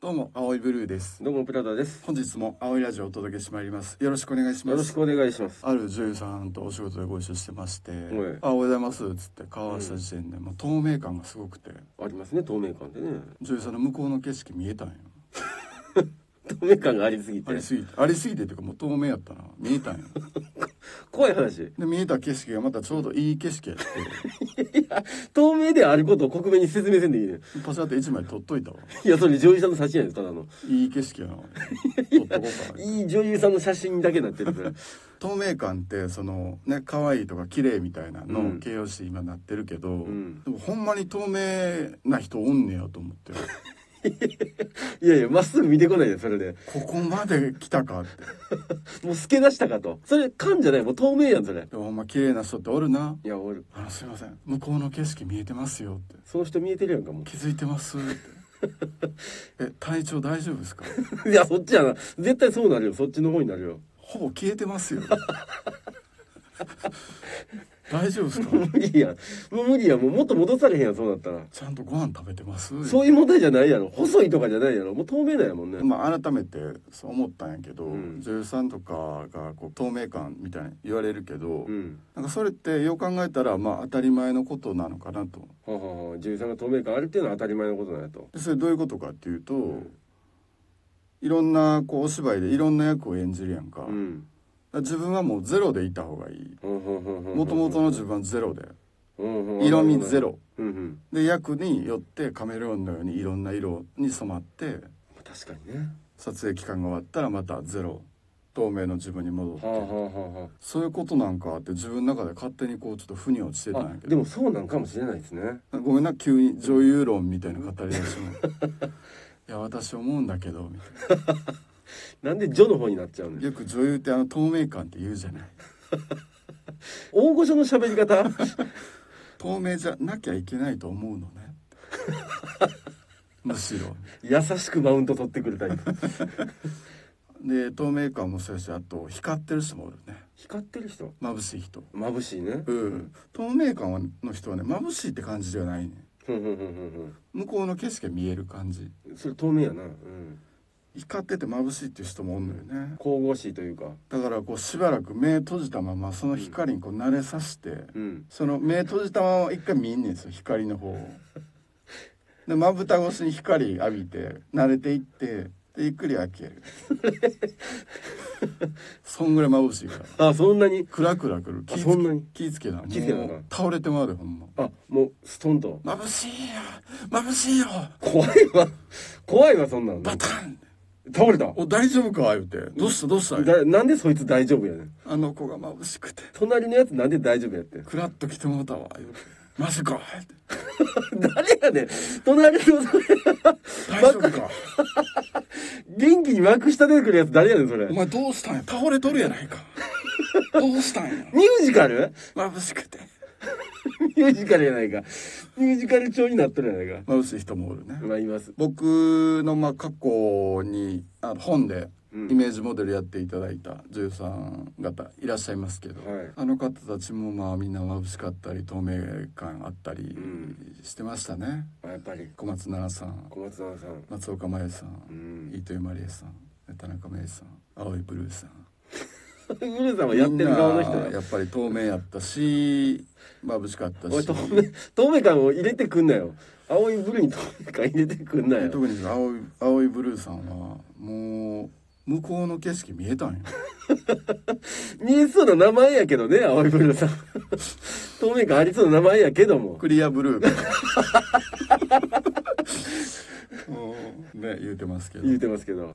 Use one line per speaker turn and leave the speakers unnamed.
どうも、青いブルーです。
どうもプラダです。
本日も青いラジオをお届けしてまいります。よろしくお願いし
よ
ま
ろし
す。
くお願いします。
ある女優さんとお仕事でご一緒してまして「あ
い
おはようございます」っつって顔合わせた時点で、もう透明感がすごくて
ありますね透明感でね。
女優さんの向こうの景色見えたんよ
透明感がありすぎ
あ
て
りすぎてありすぎてっていうかもう透明やったな見えたん よ
怖い話。
で見えた景色がまたちょうどいい景色やって
透明であることを克明に説明せんでいいね。
パシャって一枚撮っといたわ
いやそれ女優さんの写真やでただの。
いい景色やな撮っとこうかない
い女優さんの写真だけになってるから。
透明感ってそのね可愛いとか綺麗みたいな
う
の
ん
形容詞今なってるけど、
ん
でもほんまに透明な人おんねやと思 って
いやいやまっすぐ見てこないでそれで。
ここまで来たかって
もう透け出したかと。それ感じゃないもう透明やんそれ。
でもほんま綺麗な人っておるない
やおる。
あのすいません向こうの景色見えてますよって
その人見えてるやんかも
気づいてますって え体調大丈夫ですか
う。 いやそっちやな。絶対そうなるよ。そっちの方になるよ。
ほぼ消えて ますよ大丈夫ですか
もう無理やん。もう無理やん。もう元戻されへんやんそうなったら。
ちゃんとご飯食べてます
そういう問題じゃないやろ。細いとかじゃないやろ。もう透明なんやもんね。
まあ、改めてそう思ったんやけど、
ん
女優さんとかがこう透明感みたいに言われるけど、
うん。
なんかそれってよう考えたらまあ当たり前のことなのかなと
はあはあはあ女優さんが透明感あるっていうのは当たり前のことなんやと
でそれどういうことかっていうと、いろんなこうお芝居でいろんな役を演じるやんか,、
うん
自分はもうゼロでいた方がいい
も
もともとの自分はゼロで
と
色味ゼロ
うんうん
で役によってカメレオンのようにいろんな色に染まって
確かにね
撮影期間が終わったらまたゼロ透明の自分に戻っ
は
て
あはあは
そういうことなんかって自分の中で勝手にこうちょっと腑に落ちて
あ
たん
は
や
あ
け
で
ど
もそうなんかもしれないですね
ごめんな急に女優論みたいな語り出しもいや私思うんだけどみたい
なんで女の方になっちゃうの
なよく女優ってあの透明感って言うじゃない
大御所の喋り方
透明じゃなきゃいけないと思うの ねむしろ
優しくマウント取ってくるタイプ
で透明感もそうやしあと光ってる人もおるね
光ってる人
眩しい人
眩しいね
うん透明感の人はね眩しいって感じではないね
ふんふんふんふん
向こうの景色が見える感じ
ふんそれ透明やなうん
光ってて眩しいっていう人もおんのよね、
神々しいというか
だからこうしばらく目閉じたままその光にこう慣れさせて、
うん
その目閉じたまま一回見んねんですよ光の方を。でまぶた越しに光浴びて慣れていってでゆっくり開け る。そんぐらい眩しいから。
あそんなに
クラクラくる。
あ
気ぃ
そんなに
気ぃつけな。もう
気ぃつけなあかん
倒れてまうでほんま。
あもうストンと
眩しいよ眩しいよ
怖いわ怖いわそんなの
バタン
倒れた
お大丈夫か言うて。どうしたどうした
だなんでそいつ大丈夫やねん
あの子が眩しくて。
隣のやつなんで大丈夫やってん
クラッと来てもうたわ言うて。マジか言うて
誰やねん隣のそれ
大丈夫か
元気に幕下出てくるやつ誰やねんそ れ
お
ミュ
前どうしたんや倒れとるやない かどうしたんや
ージカル
眩しくて
ミュージカルやないかミュージカル調になっとるやないか
眩しい人もおるね
まあいます
僕のまあ過去にあの本で
うん
イメージモデルやっていただいた女優さん方いらっしゃいますけど、
はい
あの方たちもまあみんな眩しかったり透明感あったり
ん
してましたね、
あやっぱり
小松菜奈さん
小松菜さん
松岡茉優さ、
うんん
飯豊まりえさん田中芽衣さん青いブルーさん
ウルーさんはやってる側の人
みんなや
や
っぱり透明やったし眩しかった
おい
し
透明透明感を入れてくんなよ青いブルーに透明感入れてくんなよ
特に青い青いブルーさんはもう向こうの景色見えたんよ
見えそうな名前やけどね青いブルーさん透明感ありそうな名前やけども
クリアブルー うんね言うてますけど
言うてますけど